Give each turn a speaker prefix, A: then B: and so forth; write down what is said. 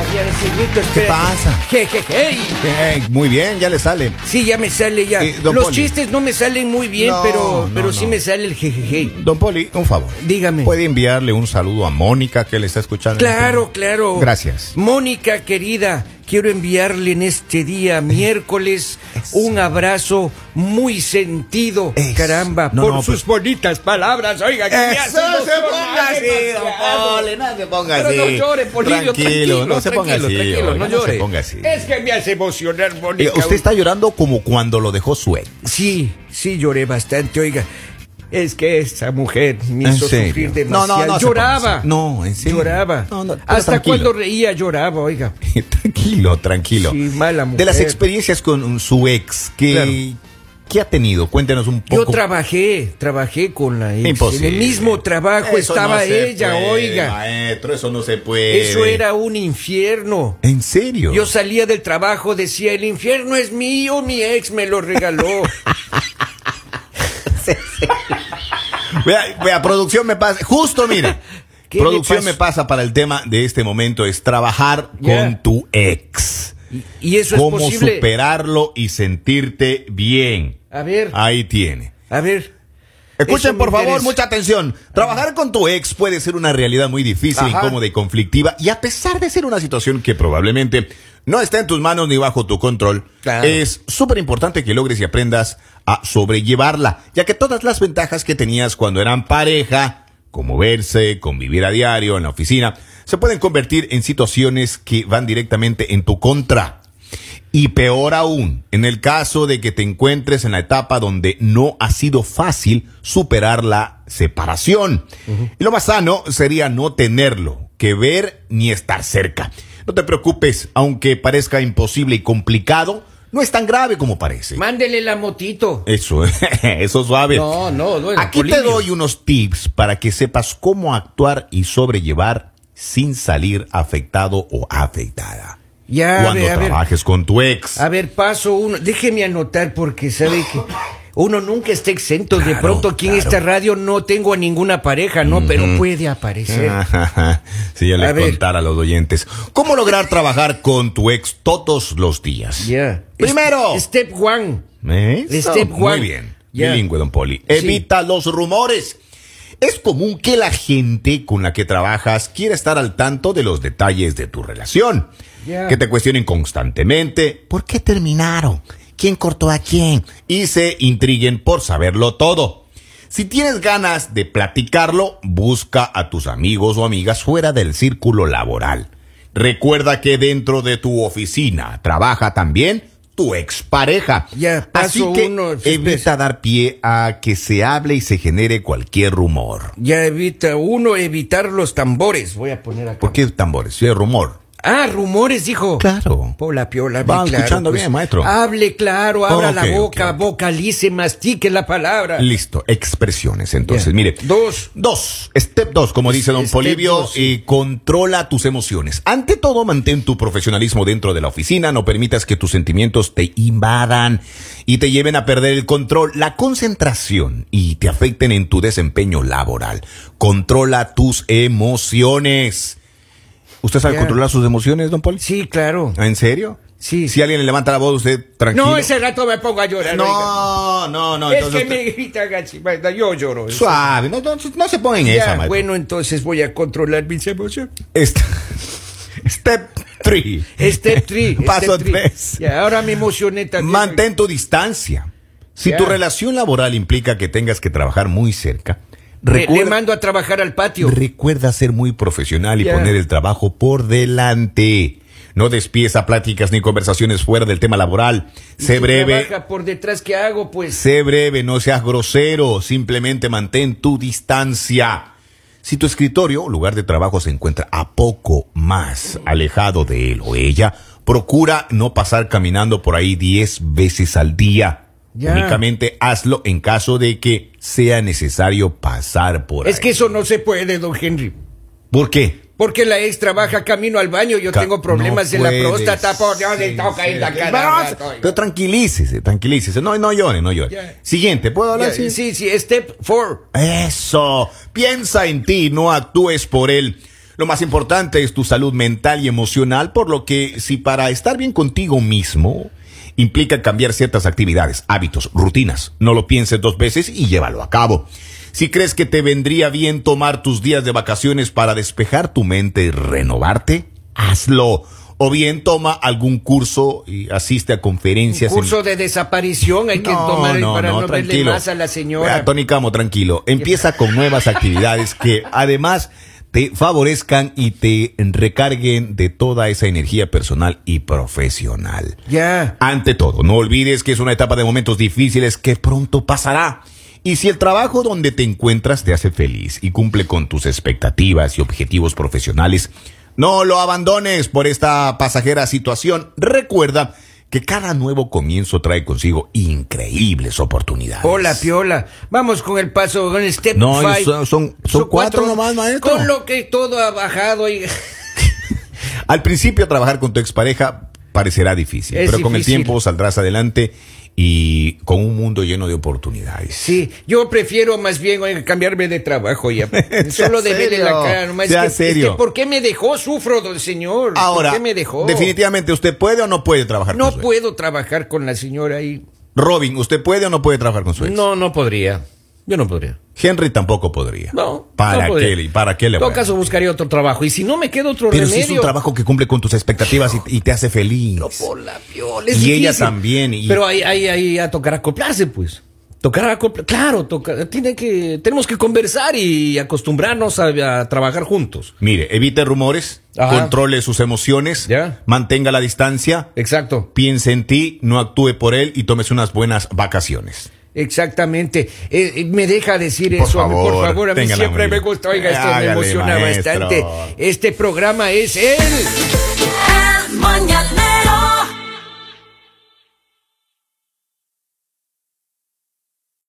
A: segundito,
B: ¿Qué
A: espérate.
B: pasa?
A: Je, je, je.
B: Eh, muy bien, ya le sale.
A: Sí, ya me sale ya.
B: Eh, don
A: Los
B: Poli.
A: chistes no me salen muy bien,
B: No,
A: pero,
B: no,
A: pero sí
B: no.
A: me sale el jejeje.
B: Don Poli, un favor.
A: Dígame.
B: ¿Puede enviarle un saludo a Mónica que le está escuchando? este
A: Claro, claro.
B: Gracias.
A: Mónica, querida, quiero enviarle en este día, miércoles,
B: Eso.
A: un abrazo muy sentido,
B: Eso.
A: caramba,
B: No,
A: por
B: no, pues.
A: sus bonitas palabras. Oiga, que me hace
B: Eso, no se
A: emocionar
B: ponga así,
A: demasiado.
B: don Poli, no se ponga así.
A: Pero no llore, Polivio,
B: Tranquilo, no se ponga
A: tranquilo,
B: así,
A: tranquilo,
B: oiga,
A: no
B: no se
A: llore.
B: ponga así.
A: Es que me hace emocionar,
B: Eh,
A: Mónica.
B: usted está llorando como cuando lo dejó su ex.
A: Sí, sí lloré bastante, oiga. Es que esa mujer me
B: ¿En
A: hizo
B: serio?
A: sufrir
B: No,
A: demasiado.
B: no, no se ponga
A: lloraba.
B: así. No, en serio.
A: Lloraba.
B: No, no, pero
A: Hasta
B: tranquilo.
A: cuando reía lloraba, oiga.
B: tranquilo, tranquilo.
A: Sí, mala mujer.
B: De las experiencias con su ex, ¿qué,
A: Claro.
B: qué ha tenido? Cuéntenos un poco.
A: Yo trabajé, trabajé con la ex.
B: Imposible.
A: En el mismo trabajo
B: Eso
A: estaba
B: no se
A: ella,
B: puede,
A: oiga.
B: Maestro, eso no se puede.
A: Eso era un infierno.
B: ¿En serio?
A: Yo salía del trabajo, decía, el infierno es mío, mi ex me lo regaló.
B: Vea, vea, producción me pasa. Justo, mira.
A: ¿Qué le
B: producción
A: pasó?
B: me pasa para el tema de este momento: es trabajar
A: Ya.
B: con tu ex.
A: Y- y eso
B: Cómo
A: es posible.
B: superarlo y sentirte bien.
A: A ver,
B: Ahí tiene.
A: a ver. Eso
B: Escuchen,
A: me
B: por favor,
A: interesa.
B: mucha atención. Trabajar con tu ex puede ser una realidad muy difícil,
A: Ajá.
B: incómoda y conflictiva, y a pesar de ser una situación que probablemente no está en tus manos ni bajo tu control,
A: Claro.
B: es súper importante que logres y aprendas a sobrellevarla, ya que todas las ventajas que tenías cuando eran pareja, como verse, convivir a diario, en la oficina, se pueden convertir en situaciones que van directamente en tu contra. Y peor aún, en el caso de que te encuentres en la etapa donde no ha sido fácil superar la separación. Y lo más sano sería no tenerlo, que ver ni estar cerca. No te preocupes, aunque parezca imposible y complicado, no es tan grave como parece.
A: Mándele la motito.
B: Eso, eso suave.
A: No, no, no.
B: Aquí te doy unos tips para que sepas cómo actuar y sobrellevar sin salir afectado o afectada.
A: Ya, a
B: Cuando
A: ver, a ver.
B: trabajes con tu ex.
A: A ver, paso uno. Déjeme anotar porque sabe que uno nunca está exento. de
B: Claro,
A: pronto aquí en
B: claro.
A: esta radio no tengo a ninguna pareja, ¿no? Pero puede aparecer.
B: Ah. si yo
A: A
B: les
A: ver.
B: contara a los oyentes. ¿Cómo lograr trabajar con tu ex todos los días?
A: Ya.
B: Primero.
A: Este- Step one.
B: Eso,
A: Step
B: Muy
A: one.
B: bien.
A: Ya.
B: Bilingüe, don Poli.
A: Sí.
B: Evita los rumores. Es común que la gente con la que trabajas quiera estar al tanto de los detalles de tu relación.
A: Ya.
B: Que te cuestionen constantemente. ¿Por qué terminaron? ¿Quién cortó a quién? Y se intriguen por saberlo todo. Si tienes ganas de platicarlo, busca a tus amigos o amigas fuera del círculo laboral. Recuerda que dentro de tu oficina trabaja también tu expareja.
A: Ya,
B: Así
A: paso
B: que
A: uno, sí,
B: evita dar pie a que se hable y se genere cualquier rumor.
A: Ya evita uno evitar los tambores. Voy a poner acá.
B: ¿Por qué tambores? Sí, rumor.
A: Ah, rumores, dijo.
B: Claro.
A: Pola piola,
B: Va
A: hable claro, pues.
B: escuchando bien, maestro.
A: Hable claro, abra
B: Oh, ok,
A: la boca,
B: ok, ok.
A: vocalice, mastique la palabra.
B: Listo, expresiones. Entonces,
A: Ya.
B: mire.
A: Dos.
B: Dos. Step dos, como dice don
A: Step
B: Polivio,
A: dos, sí.
B: y controla tus emociones. Ante todo, mantén tu profesionalismo dentro de la oficina. No permitas que tus sentimientos te invadan y te lleven a perder el control, la concentración y te afecten en tu desempeño laboral. Controla tus emociones. ¿Usted sabe
A: Ya.
B: controlar sus emociones, don Poli?
A: Sí, claro.
B: ¿En serio?
A: Sí.
B: Si alguien le levanta la voz, usted Ah, tranquilo.
A: No, ese rato me pongo a llorar. oiga.
B: no, no, no.
A: es
B: entonces
A: que me grita gachimanda, yo lloro.
B: Suave, no, no, no se pongan en
A: Ya,
B: esa, maestro.
A: bueno, entonces voy a controlar mis emociones.
B: Est- Step 3.
A: Step 3.
B: Paso 3.
A: este ahora me emocioné también.
B: Mantén tu distancia. Si
A: Ya.
B: tu relación laboral implica que tengas que trabajar muy cerca,
A: Le- le
B: recuerda,
A: mando a trabajar al patio.
B: recuerda ser muy profesional y
A: Ya.
B: poner el trabajo por delante. No despieza pláticas ni conversaciones fuera del tema laboral. Sé
A: Si
B: breve,
A: trabaja por detrás, ¿qué hago? Pues
B: Sé breve, no seas grosero, simplemente mantén tu distancia. Si tu escritorio o lugar de trabajo se encuentra a poco más alejado de él o ella, procura no pasar caminando por ahí 10 veces al día.
A: Ya.
B: Únicamente hazlo en caso de que sea necesario pasar por
A: es
B: ahí.
A: que eso no se puede, don Henry.
B: ¿Por qué?
A: Porque la ex trabaja camino al baño, yo
B: Ca-
A: tengo problemas
B: no
A: en la
B: puede
A: próstata, por Dios, le
B: ser,
A: toca ir la
B: ser.
A: cara.
B: Pero- Pero tranquilícese, tranquilícese. No, no llore, no llore.
A: Ya.
B: Siguiente, ¿puedo hablar?
A: Sí, sí, sí, step 4.
B: Eso. Piensa en ti, no actúes por él. Lo más importante es tu salud mental y emocional, por lo que si para estar bien contigo mismo implica cambiar ciertas actividades, hábitos, rutinas, no lo pienses dos veces y llévalo a cabo. Si crees que te vendría bien tomar tus días de vacaciones para despejar tu mente y renovarte, hazlo. O bien toma algún curso y asiste a conferencias. en-
A: Curso de desaparición hay que tomar para no, verle más a la señora.
B: Vea, Tony Camo, tranquilo. Empieza con nuevas actividades que además te favorezcan y te recarguen de toda esa energía personal y profesional.
A: Ya.
B: Ante todo, no olvides que es una etapa de momentos difíciles que pronto pasará. Y si el trabajo donde te encuentras te hace feliz y cumple con tus expectativas y objetivos profesionales, no lo abandones por esta pasajera situación. Recuerda que cada nuevo comienzo trae consigo increíbles oportunidades.
A: Hola, piola. Vamos con el paso, con el step
B: No,
A: five.
B: son- son- son cuatro nomás, maestro.
A: Con lo que todo ha bajado y...
B: Al principio trabajar con tu expareja parecerá difícil,
A: Es
B: pero con el
A: difícil.
B: tiempo saldrás adelante y con un mundo lleno de oportunidades.
A: Sí, yo prefiero más bien oiga, cambiarme de trabajo ya. Solo de verle la
B: serio,
A: cara. Nomás
B: sea
A: que- es que
B: serio.
A: ¿Por qué me dejó? Sufro, don señor.
B: Ahora,
A: ¿Por qué me dejó?
B: definitivamente, ¿usted puede o no puede trabajar con
A: No
B: su ex?
A: puedo trabajar con la señora ahí. pues.
B: Robin, ¿usted puede o no puede trabajar con su ex?
C: No, no podría. Yo no podría.
B: Henry tampoco podría.
C: No.
B: ¿Para
C: no podría.
B: qué? le- ¿Para qué le
C: En todo
B: voy a-
C: caso, buscaría otro trabajo. Y si no me queda otro
B: Pero si
C: remedio.
B: es un trabajo que cumple con tus expectativas y, y te hace feliz.
C: Hola, Viola, es
B: Y ella
C: difícil.
B: también, y-
C: Pero ahí, ahí, ahí ya tocará acoplarse, pues. Tocará acopla- Claro, toca- tiene que, tenemos que conversar y acostumbrarnos a, a trabajar juntos.
B: Mire, evite rumores,
C: Ajá.
B: controle sus emociones,
C: Ya.
B: mantenga la distancia,
C: Exacto.
B: piense en ti, no actúe por él y tomes unas buenas vacaciones.
A: Exactamente. Eh, eh, me deja decir
B: Por
A: eso, a mí, por
B: favor,
A: favor. A mí
B: téngala,
A: siempre
B: hombre.
A: me gusta. Oiga, esto me
B: Hágale,
A: emociona
C: este
B: maestro.
A: bastante. Este programa es el...
D: El mañanero.